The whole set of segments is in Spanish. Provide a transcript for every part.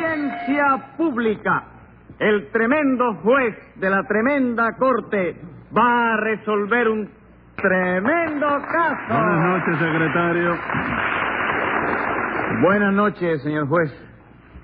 audiencia pública. El tremendo juez de la tremenda corte va a resolver un tremendo caso. Buenas noches, secretario. Buenas noches, señor juez.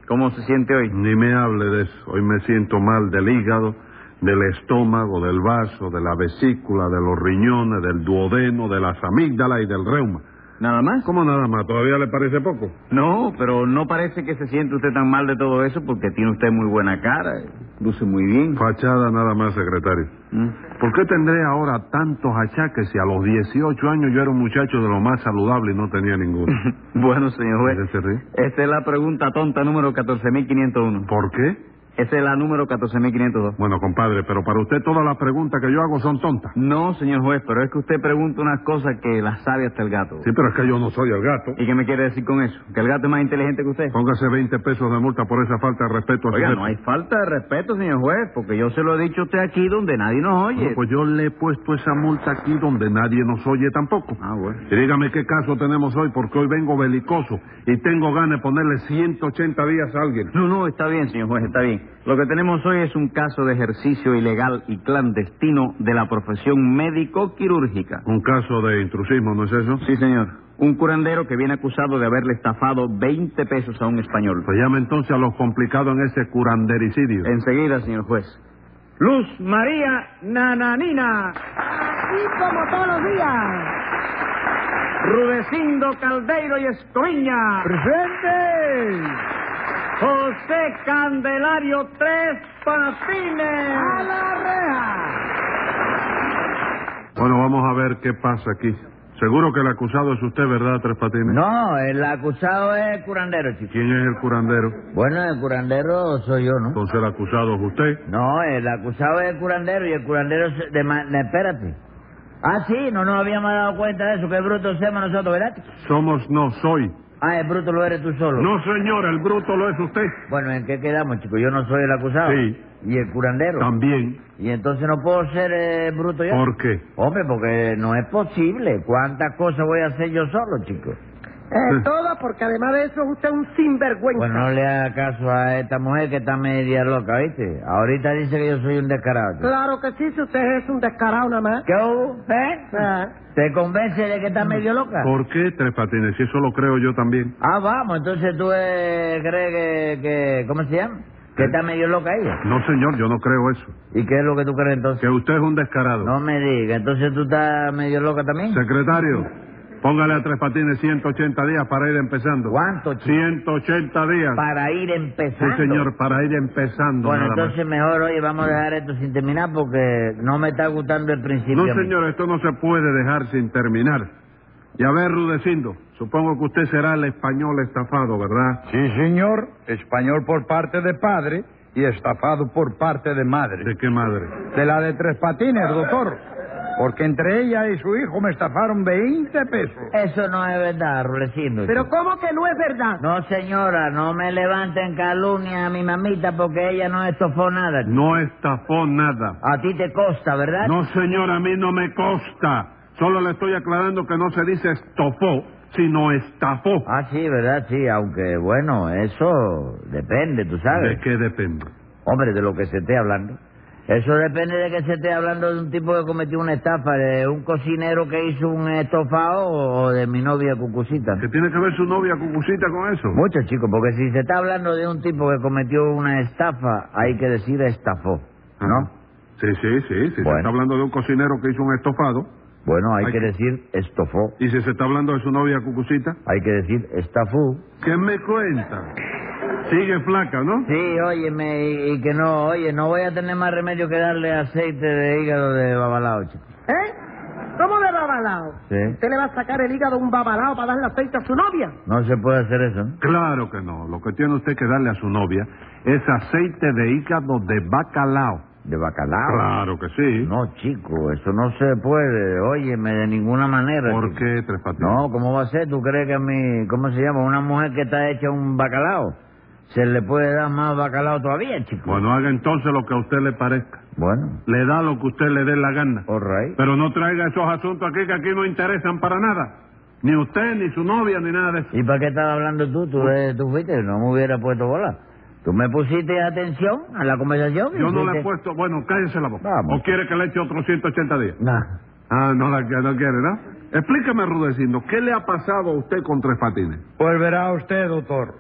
¿Cómo se siente hoy? Ni me hable de eso. Hoy me siento mal del hígado, del estómago, del vaso, de la vesícula, de los riñones, del duodeno, de las amígdalas y del reuma. ¿Nada más? ¿Cómo nada más? ¿Todavía le parece poco? No, pero no parece que se siente usted tan mal de todo eso porque tiene usted muy buena cara, eh, luce muy bien. Fachada nada más, secretario. Mm. ¿Por qué tendré ahora tantos achaques si a los 18 años yo era un muchacho de lo más saludable y no tenía ninguno? Bueno, señor ¿De qué juez, se ríe? esta es la pregunta tonta número 14.501. ¿Por qué? Esa es la número 14.502. Bueno, compadre, pero para usted todas las preguntas que yo hago son tontas. No, señor juez, pero es que usted pregunta unas cosas que las sabe hasta el gato. Sí, pero es que yo no soy el gato. ¿Y qué me quiere decir con eso? ¿Que el gato es más inteligente que usted? Póngase 20 pesos de multa por esa falta de respeto. al Oiga, sujeto. no hay falta de respeto, señor juez, porque yo se lo he dicho a usted aquí donde nadie nos oye. No, pues yo le he puesto esa multa aquí donde nadie nos oye tampoco. Ah, bueno. Y dígame qué caso tenemos hoy, porque hoy vengo belicoso y tengo ganas de ponerle 180 días a alguien. No, no, está bien, señor juez, está bien. Lo que tenemos hoy es un caso de ejercicio ilegal y clandestino de la profesión médico-quirúrgica. Un caso de intrusismo, ¿no es eso? Sí, señor. Un curandero que viene acusado de haberle estafado 20 pesos a un español. Pues llame entonces a los complicados en ese curandericidio. Enseguida, señor juez. Luz María Nananina, Así como todos los días. Rudecindo Caldeiro y Escoviña, ¡Presente! José Candelario Tres Patines. ¡A la reja! Bueno, vamos a ver qué pasa aquí. Seguro que el acusado es usted, ¿verdad, Tres Patines? No, el acusado es el curandero, chico. ¿Quién es el curandero? Bueno, el curandero soy yo, ¿no? Entonces el acusado es usted. No, el acusado es el curandero y el curandero es de... ma- Espérate. Ah, sí, no nos habíamos dado cuenta de eso, que bruto somos nosotros, ¿verdad? chico? Somos no, soy. Ah, el bruto lo eres tú solo. No, señor, el bruto lo es usted. Bueno, ¿en qué quedamos, chico? Yo no soy el acusado. Sí. Y el curandero. También. Y entonces no puedo ser eh, bruto yo. ¿Por qué? Hombre, porque no es posible. ¿Cuántas cosas voy a hacer yo solo, chico? Eh, todo porque además de eso usted es un sinvergüenza. Bueno, Pues no le haga caso a esta mujer que está media loca, ¿viste? Ahorita dice que yo soy un descarado. chico. Claro que sí, si usted es un descarado nada más. ¿Qué hubo? ¿Eh? Ah, ¿Te convence de que estás medio loca? ¿Por qué tres patines? Si eso lo creo yo también. Ah, vamos, entonces tú eh, crees que, que- ¿Cómo se llama? Que está medio loca ella. No, señor, yo no creo eso. ¿Y qué es lo que tú crees entonces? Que usted es un descarado. No me digas, entonces tú estás medio loca también. Secretario, póngale a tres patines 180 días para ir empezando. ¿Cuánto, chico? 180 días. Para ir Sí, empezando. señor, para ir empezando. Bueno, nada más. entonces mejor, oye, vamos a dejar esto sin terminar porque no me está gustando el principio. No, a mí. señor, esto no se puede dejar sin terminar. Y a ver, Rudecindo, supongo que usted será el español estafado, ¿verdad? Sí, señor, español por parte de padre y estafado por parte de madre. ¿De qué madre? De la de tres patines, doctor. Porque entre ella y su hijo me estafaron 20 pesos. Eso no es verdad, Rulecindo. Pero chico. ¿cómo que no es verdad? No, señora, no me levanten calumnia a mi mamita porque ella no estofó nada. chico. No estafó nada. A ti te costa, ¿verdad? No, señor, a mí no me consta. Solo le estoy aclarando que no se dice estofó, sino estafó. Ah, sí, ¿verdad? Sí, aunque bueno, eso depende, tú ¿De sabes. qué depende? Hombre, de lo que se esté hablando. Eso depende de que se esté hablando de un tipo que cometió una estafa, de un cocinero que hizo un estofado o de mi novia Cucucita. ¿Que tiene que ver su novia cucucita con eso? Mucho, chico, porque si se está hablando de un tipo que cometió una estafa, hay que decir estafó, ¿no? Ah, Sí, sí, sí. Si se Bueno. está hablando de un cocinero que hizo un estofado, Bueno, hay Hay que que- decir estofó, y si se está hablando de su novia cucucita, hay que decir estafú. ¿qué me cuenta? Sigue flaca, ¿no? Sí, óyeme, y, y que no, oye, no voy a tener más remedio que darle aceite de hígado de babalao, chico. ¿Eh? ¿Cómo de babalao? Sí. ¿Usted le va a sacar el hígado a un babalao para darle aceite a su novia? No se puede hacer eso, ¿no? Claro que no. Lo que tiene usted que darle a su novia es aceite de hígado de bacalao. De bacalao. Claro que sí. Ah. No, chico, eso no se puede, óyeme, de ninguna manera. ¿Por chico. qué, Tres Patines? No, ¿cómo va a ser? ¿Tú crees que a mí, cómo se llama, una mujer que está hecha un bacalao, se le puede dar más bacalao todavía, chico? Bueno, haga entonces lo que a usted le parezca. Bueno, Le da lo que usted le dé la gana. all right. Pero no traiga esos asuntos aquí que aquí no interesan para nada. Ni usted, ni su novia, ni nada de eso. Pues- ¿Y para qué estás hablando tú? Tú, eh, tú fuiste, no me hubiera puesto bola. ¿Tú me pusiste atención a la conversación? Yo no le he Hiciste- puesto. Bueno, cállese la boca. Vamos. ¿O quiere que le eche otros 180 días? Nah. Ah, no, la, no quiere, ¿no? Explícame, Rudecindo, ¿qué le ha pasado a usted con Tres Patines? Pues verá usted, doctor.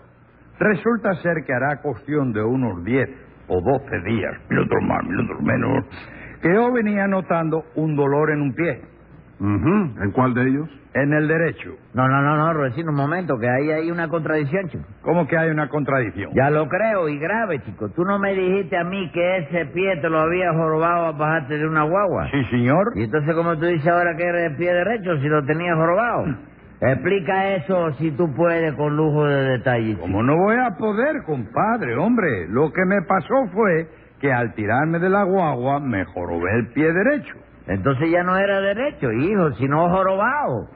Resulta ser que hará cuestión de unos 10 o 12 días, minutos más, minutos menos, que yo venía notando un dolor en un pie, Ujú, ¿En cuál de ellos? en el derecho. No, no, no, no, Rocín, un momento, que ahí hay una contradicción, chico. Como que hay una contradicción. Ya lo creo, y grave, chico. Tú no me dijiste a mí que ese pie te lo había jorobado a bajarte de una guagua. Sí, señor. Y entonces, como tú dices ahora que eres el pie derecho, si lo tenías jorobado. Mm. Explica eso, si tú puedes, con lujo de detalle. chico. Como no voy a poder, compadre, hombre. Lo que me pasó fue que al tirarme de la guagua me jorobé el pie derecho. Entonces ya no era derecho, hijo, sino jorobado.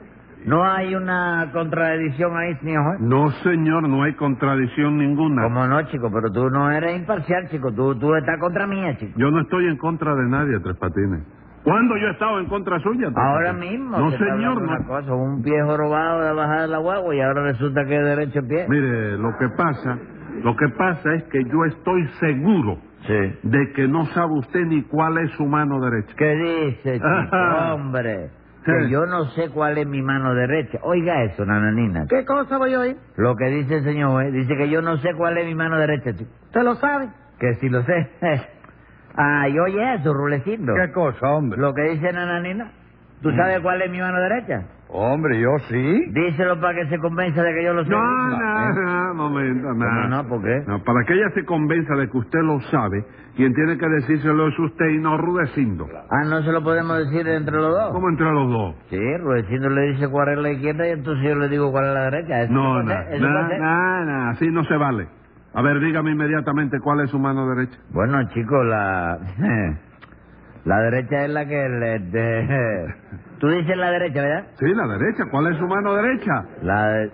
No hay una contradicción ahí, señor juez. No, señor, no hay contradicción ninguna. Como no, chico, pero tú no eres imparcial, chico. Tú, tú estás contra mí, eh, chico. Yo no estoy en contra de nadie, Tres Patines. ¿Cuándo yo he estado en contra suya? Tres Ahora Patines? mismo. No, te está señor, hablando no. Una cosa, un pie jorobado de bajar de la guagua y ahora resulta que es derecho el pie. Mire, lo que pasa, lo que pasa es que yo estoy seguro Sí. de que no sabe usted ni cuál es su mano derecha. ¿Qué dice, Ah. chico? Ajá. Hombre. Sí. Que yo no sé cuál es mi mano derecha. Oiga eso, nananina. ¿Qué cosa voy a oír? Lo que dice el señor, juez, dice que yo no sé cuál es mi mano derecha, chico. ¿Te lo sabes? Que si lo sé. Ay, oye eso, Rulecindo. ¿Qué cosa, hombre? Lo que dice Nananina. ¿Tú Mm. sabes cuál es mi mano derecha? Hombre, yo sí. Díselo para que se convenza de que yo lo sé. No, no, no, momento, ¿Cómo no. no? ¿Por qué? No, para que ella se convenza de que usted lo sabe, quien tiene que decírselo es usted y no Rudecindo. Ah, no se lo podemos decir entre los dos. ¿Cómo entre los dos? Sí, Rudecindo le dice cuál es la izquierda y entonces yo le digo cuál es la derecha. ¿Eso No, puede no, ser? ¿Eso puede no, ser? no, no, así no se vale. A ver, dígame inmediatamente cuál es su mano derecha. Bueno, chicos, la... la derecha es la que... le- de- Tú dices la derecha, ¿verdad? Sí, la derecha. ¿Cuál es su mano derecha? La... de-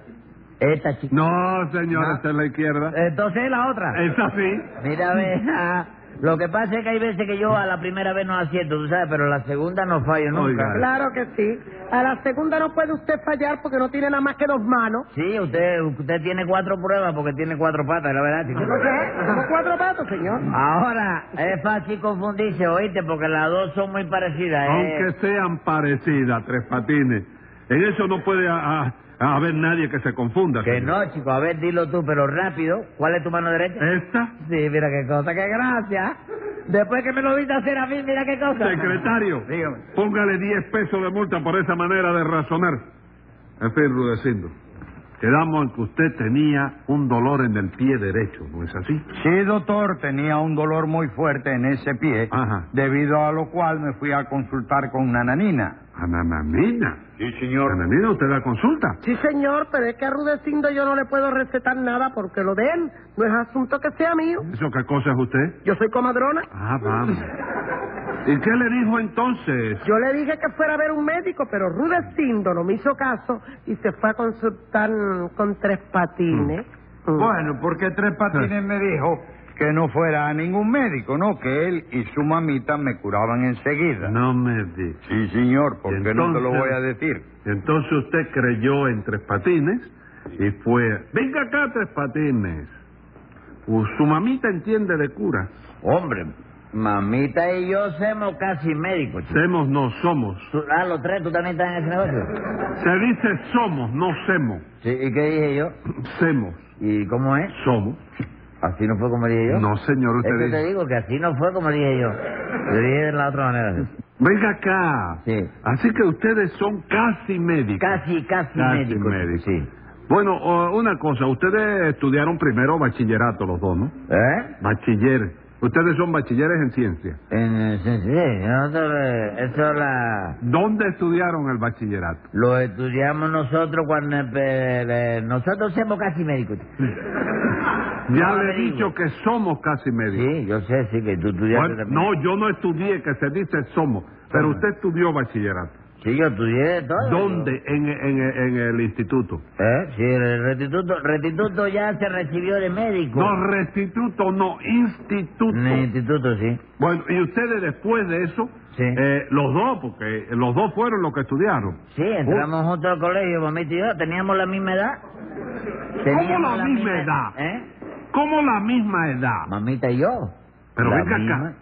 Esta, chica. No, señor, No. esta es la izquierda. Entonces la otra. Es así. Mira, ve, ah, lo que pasa es que hay veces que yo a la primera vez no acierto, tú sabes, pero la segunda no fallo nunca. Oiga. Claro que sí. A la segunda no puede usted fallar porque no tiene nada más que dos manos. Sí, usted usted tiene cuatro pruebas porque tiene cuatro patas, la verdad, chico. ¿No qué? Somos cuatro patos, señor. Ahora, es fácil confundirse, oíste, porque las dos son muy parecidas. ¿eh? Aunque sean parecidas, tres patines. En eso no puede a- a- a haber nadie que se confunda. Que señor. no, chico, a ver, dilo tú, pero rápido. ¿Cuál es tu mano derecha? Esta, Sí, mira qué cosa, qué gracia. Después que me lo viste hacer a mí, mira qué cosa. secretario, Dígame. póngale 10 pesos de multa por esa manera de razonar. En fin, Rudecindo, quedamos en que usted tenía un dolor en el pie derecho, ¿no es así? Sí, doctor, tenía un dolor muy fuerte en ese pie, Ajá. debido a lo cual me fui a consultar con Nananina. Ananamina. Sí, señor. Ananamina, usted la consulta. Sí, señor, pero es que a Rudecindo yo no le puedo recetar nada porque lo de él no es asunto que sea mío. ¿Eso qué cosa es usted? Yo soy comadrona. Ah, vamos. ¿Y qué le dijo entonces? Yo le dije que fuera a ver un médico, pero Rudecindo no me hizo caso y se fue a consultar mm, con tres patines. Mm. Bueno, porque Tres Patines me dijo que no fuera a ningún médico, ¿no? Que él y su mamita me curaban enseguida. No me diga. Sí, señor, porque no te lo Entonces- voy a decir. Entonces usted creyó en Tres Patines y fue... Venga acá, Tres Patines. Pues su mamita entiende de curas. Hombre, mamita y yo somos casi médicos, chico. Semos no somos. Tú- Ah, los tres, tú también estás en ese negocio. Se dice somos, no semos. Sí, ¿y qué dije yo? Semos. ¿Y cómo es? Somos. ¿Así no fue como dije yo? No, señor, Es usted que te dice... digo que así no fue como dije yo. Lo dije de la otra manera. Venga acá. Sí. Así que ustedes son casi médicos. Casi, casi, médico. médicos. Sí. Bueno, o- una cosa, ustedes estudiaron primero bachillerato los dos, ¿no? ¿Eh? Bachilleres. Ustedes son bachilleres en ciencia. En, eh, sí, sí, nosotros eh, eso la, ¿Dónde estudiaron el bachillerato? lo estudiamos nosotros cuando empe- le- nosotros somos casi médicos. Ya No, le he averigüe. dicho que somos casi médicos. Ah, Sí, yo sé, sí, que tú estudiaste Bueno, también. no, yo no estudié, que se dice somos, pero usted estudió bachillerato. Sí, yo estudié de todo. ¿Dónde? En, en- en el instituto. ¿Eh? Sí, el retituto, retituto ya se recibió de médico. No, restituto, no, instituto. En el instituto, sí. Bueno, y ustedes después de eso, Sí. eh, los dos, porque los dos fueron los que estudiaron. Sí, entramos juntos al colegio, mamita y yo, teníamos la misma edad. la misma edad? ¿Eh? ¿Cómo la misma edad? Mamita y yo. Pero La venga acá. misma.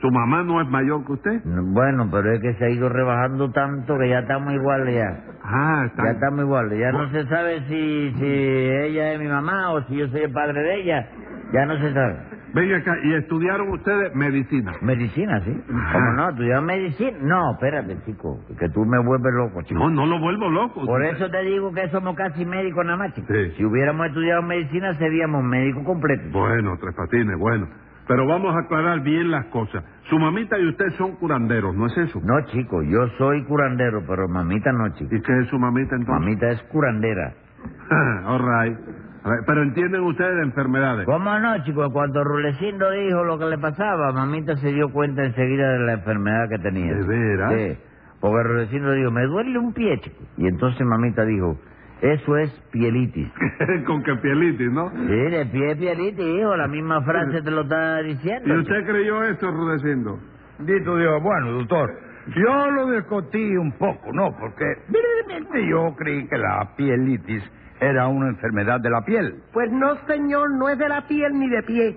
¿Su mamá no es mayor que usted? No, Bueno, pero es que se ha ido rebajando tanto que ya estamos iguales ya. Ah, está. Ya estamos iguales. Ya no se sabe si, si ella es mi mamá o si yo soy el padre de ella. Ya no se sabe. Venga acá. ¿Y estudiaron ustedes medicina? Medicina, sí. Ah. ¿Cómo no? ¿Estudió medicina? No, espérate, chico, que tú me vuelves loco, chico. No, no lo vuelvo loco. Por eso te digo que somos casi médicos nada más, chico. Sí. Si hubiéramos estudiado medicina, seríamos médicos completos. Bueno, Tres Patines, bueno. Pero vamos a aclarar bien las cosas. Su mamita y usted son curanderos, ¿no es eso? No, chico, yo soy curandero, pero mamita no, chico. ¿Y qué es su mamita entonces? Mamita es curandera. All right. All right. Pero entienden ustedes de enfermedades. ¿Cómo no, chico? Cuando Rulecindo dijo lo que le pasaba, mamita se dio cuenta enseguida de la enfermedad que tenía. ¿De veras? Sí. Porque Rulecindo dijo, me duele un pie, chico. Y entonces mamita dijo, eso es pielitis. Con que pielitis, ¿no? Sí, de pie pielitis, hijo, la misma frase te lo está diciendo. ¿Y usted creyó esto, Rudecindo? Dito Dios, bueno, doctor, yo lo discutí un poco, ¿no? Porque realmente yo creí que la pielitis era una enfermedad de la piel. Pues no, señor, no es de la piel ni de pie.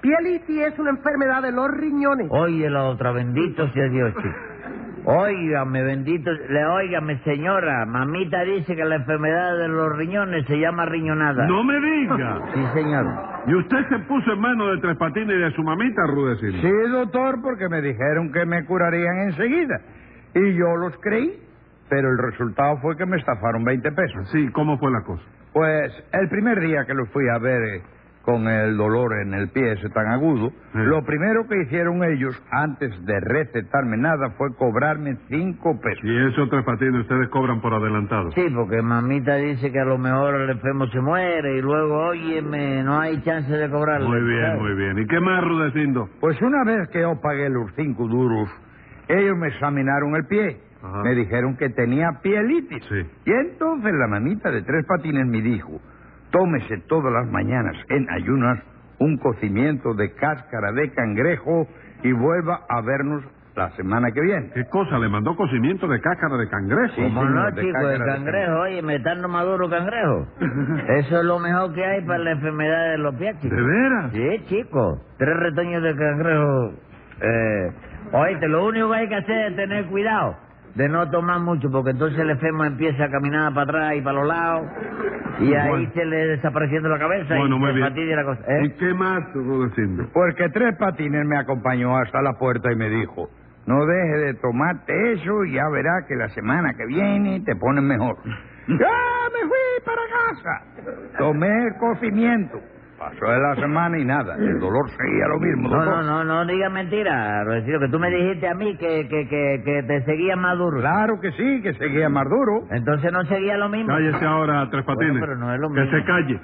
Pielitis es una enfermedad de los riñones. Oye la otra, bendito sea Dios, chico. Óigame, bendito, le óigame, señora, mamita dice que la enfermedad de los riñones se llama riñonada. No me diga. Sí, señor. ¿Y usted se puso en manos de Tres Patines y de su mamita, Rudecindo? Sí, doctor, porque me dijeron que me curarían enseguida. Y yo los creí, pero el resultado fue que me estafaron 20 pesos. Sí, ¿cómo fue la cosa? Pues el primer día que los fui a ver eh, con el dolor en el pie ese tan agudo, lo primero que hicieron ellos antes de recetarme nada fue cobrarme 5 pesos. Y eso, Tres Patines, ustedes cobran por adelantado. Sí, porque mamita dice que a lo mejor el enfermo se muere y luego, óyeme, no hay chance de cobrarle. Muy bien, ¿sabes? muy bien. ¿Y qué más, Rudecindo? Pues una vez que yo pagué los cinco duros, ellos me examinaron el pie. Ajá. Me dijeron que tenía pielitis. Sí. Y entonces la mamita de tres patines me dijo, tómese todas las mañanas en ayunas un cocimiento de cáscara de cangrejo y vuelva a vernos la semana que viene. ¿Qué cosa? ¿Le mandó cocimiento de cáscara de cangrejo? Sí. ¿Cómo no, señor, de chico? El cáscara de cangrejo, oye, me están maduro cangrejo. Eso es lo mejor que hay para la enfermedad de los pies, chico. ¿De veras? Sí, chico. Tres retoños de cangrejo. Eh, oíste, lo único que hay que hacer es tener cuidado de no tomar mucho, porque entonces el enfermo empieza a caminar para atrás y para los lados, y ahí Bueno. se le desapareciendo la cabeza Bueno, y muy se bien. fatiga la cosa. ¿Y ¿eh? qué más, Rudecindo? Porque Tres Patines me acompañó hasta la puerta y me dijo, no deje de tomarte eso y ya verá que la semana que viene te pones mejor. ¡Ya me fui para casa! Tomé el cocimiento. Pasó de la semana y nada, el dolor seguía lo mismo. No, doctor. no, no, no digas mentira, Rocío, que tú me dijiste a mí que, que, que, que te seguía maduro. Claro que sí, que seguía más duro. Entonces no seguía lo mismo. Cállese ahora, Tres Patines. Bueno, pero no es lo que mismo. se calle.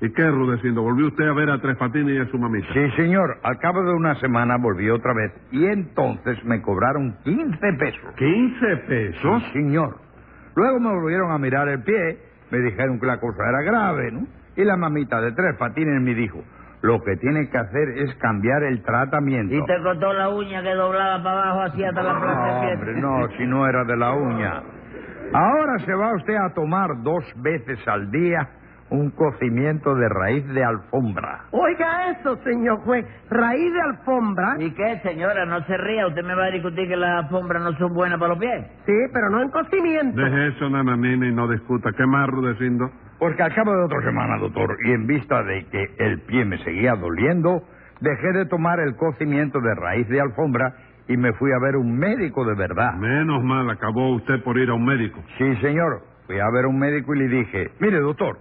¿Y qué, Rudecindo? ¿Volvió usted a ver a Tres Patines y a su mamita? Sí, señor, al cabo de una semana volví otra vez y entonces me cobraron 15 pesos. ¿15 Sí, pesos? señor. Luego me volvieron a mirar el pie, me dijeron que la cosa era grave, ¿no? Y la mamita de tres patines me dijo, lo que tiene que hacer es cambiar el tratamiento. Y te cortó la uña que doblaba para abajo así hasta la plaza de No, pie. hombre, no, si no era de la uña. Ahora se va usted a tomar dos veces al día un cocimiento de raíz de alfombra. Oiga eso, señor juez. Raíz de alfombra. ¿Y qué, señora? No se ría. Usted me va a discutir que las alfombras no son buenas para los pies. Sí, pero no en cocimiento. Deje eso, nananina, y no discuta. ¿Qué más, Rudecindo? Porque al cabo de otra semana, doctor, y en vista de que el pie me seguía doliendo, dejé de tomar el cocimiento de raíz de alfombra y me fui a ver un médico de Ah. verdad. Menos mal, acabó usted por ir a un médico. Sí, señor. Fui a ver un médico y le dije, mire, doctor,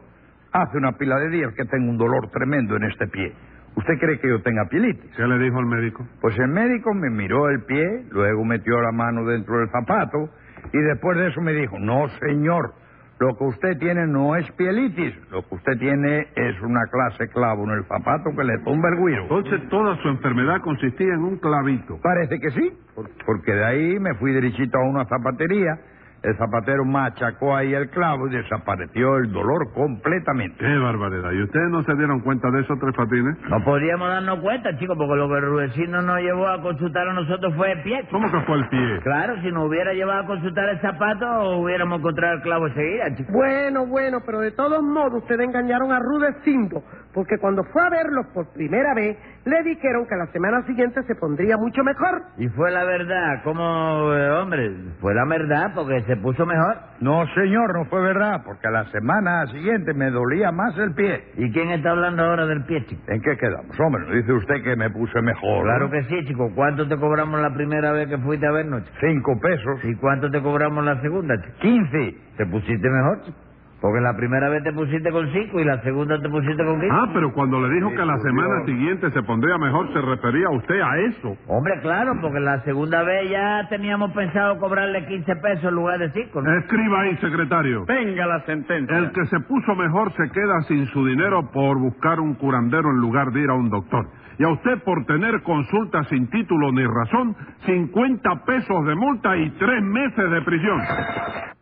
hace una pila de días que tengo un dolor tremendo en este pie. ¿Usted cree que yo tenga pielitis? ¿Qué le dijo el médico? Pues el médico me miró el pie, luego metió la mano dentro del zapato y después de eso me dijo, no, señor, lo que usted tiene no es pielitis, lo que usted tiene es una clase clavo en el zapato que le tumba el guiro. Entonces, toda su enfermedad consistía en un clavito. Parece que sí, por- porque de ahí me fui derechito a una zapatería El zapatero machacó ahí el clavo y desapareció el dolor completamente. ¡Qué barbaridad! ¿Y ustedes no se dieron cuenta de eso, Tres Patines? No podríamos darnos cuenta, chicos, porque lo que Rudecindo nos llevó a consultar a nosotros fue el pie. ¿Cómo que fue el pie? Claro, si nos hubiera llevado a consultar el zapato, hubiéramos encontrado el clavo enseguida, chicos. Bueno, bueno, pero de todos modos ustedes engañaron a Rudecindo, porque cuando fue a verlos por primera vez, le dijeron que la semana siguiente se pondría mucho mejor. Y fue la verdad, como, eh, hombre, fue la verdad porque se puso mejor. No, señor, no fue verdad, porque a la semana siguiente me dolía más el pie. ¿Y quién está hablando ahora del pie, chico? ¿En qué quedamos? Hombre, ¿no dice usted que me puse mejor. Claro que sí, chico. ¿Cuánto te cobramos la primera vez que fuiste a vernos, chico? Cinco pesos. ¿Y cuánto te cobramos la segunda, chico? Quince. ¿Te pusiste mejor, chico? Porque la primera vez te pusiste con cinco y la segunda te pusiste con quince. Ah, pero cuando le dijo que a la Dios. semana siguiente se pondría mejor, se refería usted a eso. Hombre, claro, porque la segunda vez ya teníamos pensado cobrarle 15 pesos en lugar de cinco, ¿no? Escriba ahí, secretario. Venga la sentencia. El que se puso mejor se queda sin su dinero por buscar un curandero en lugar de ir a un doctor. Y a usted por tener consulta sin título ni razón, 50 pesos de multa y tres meses de prisión.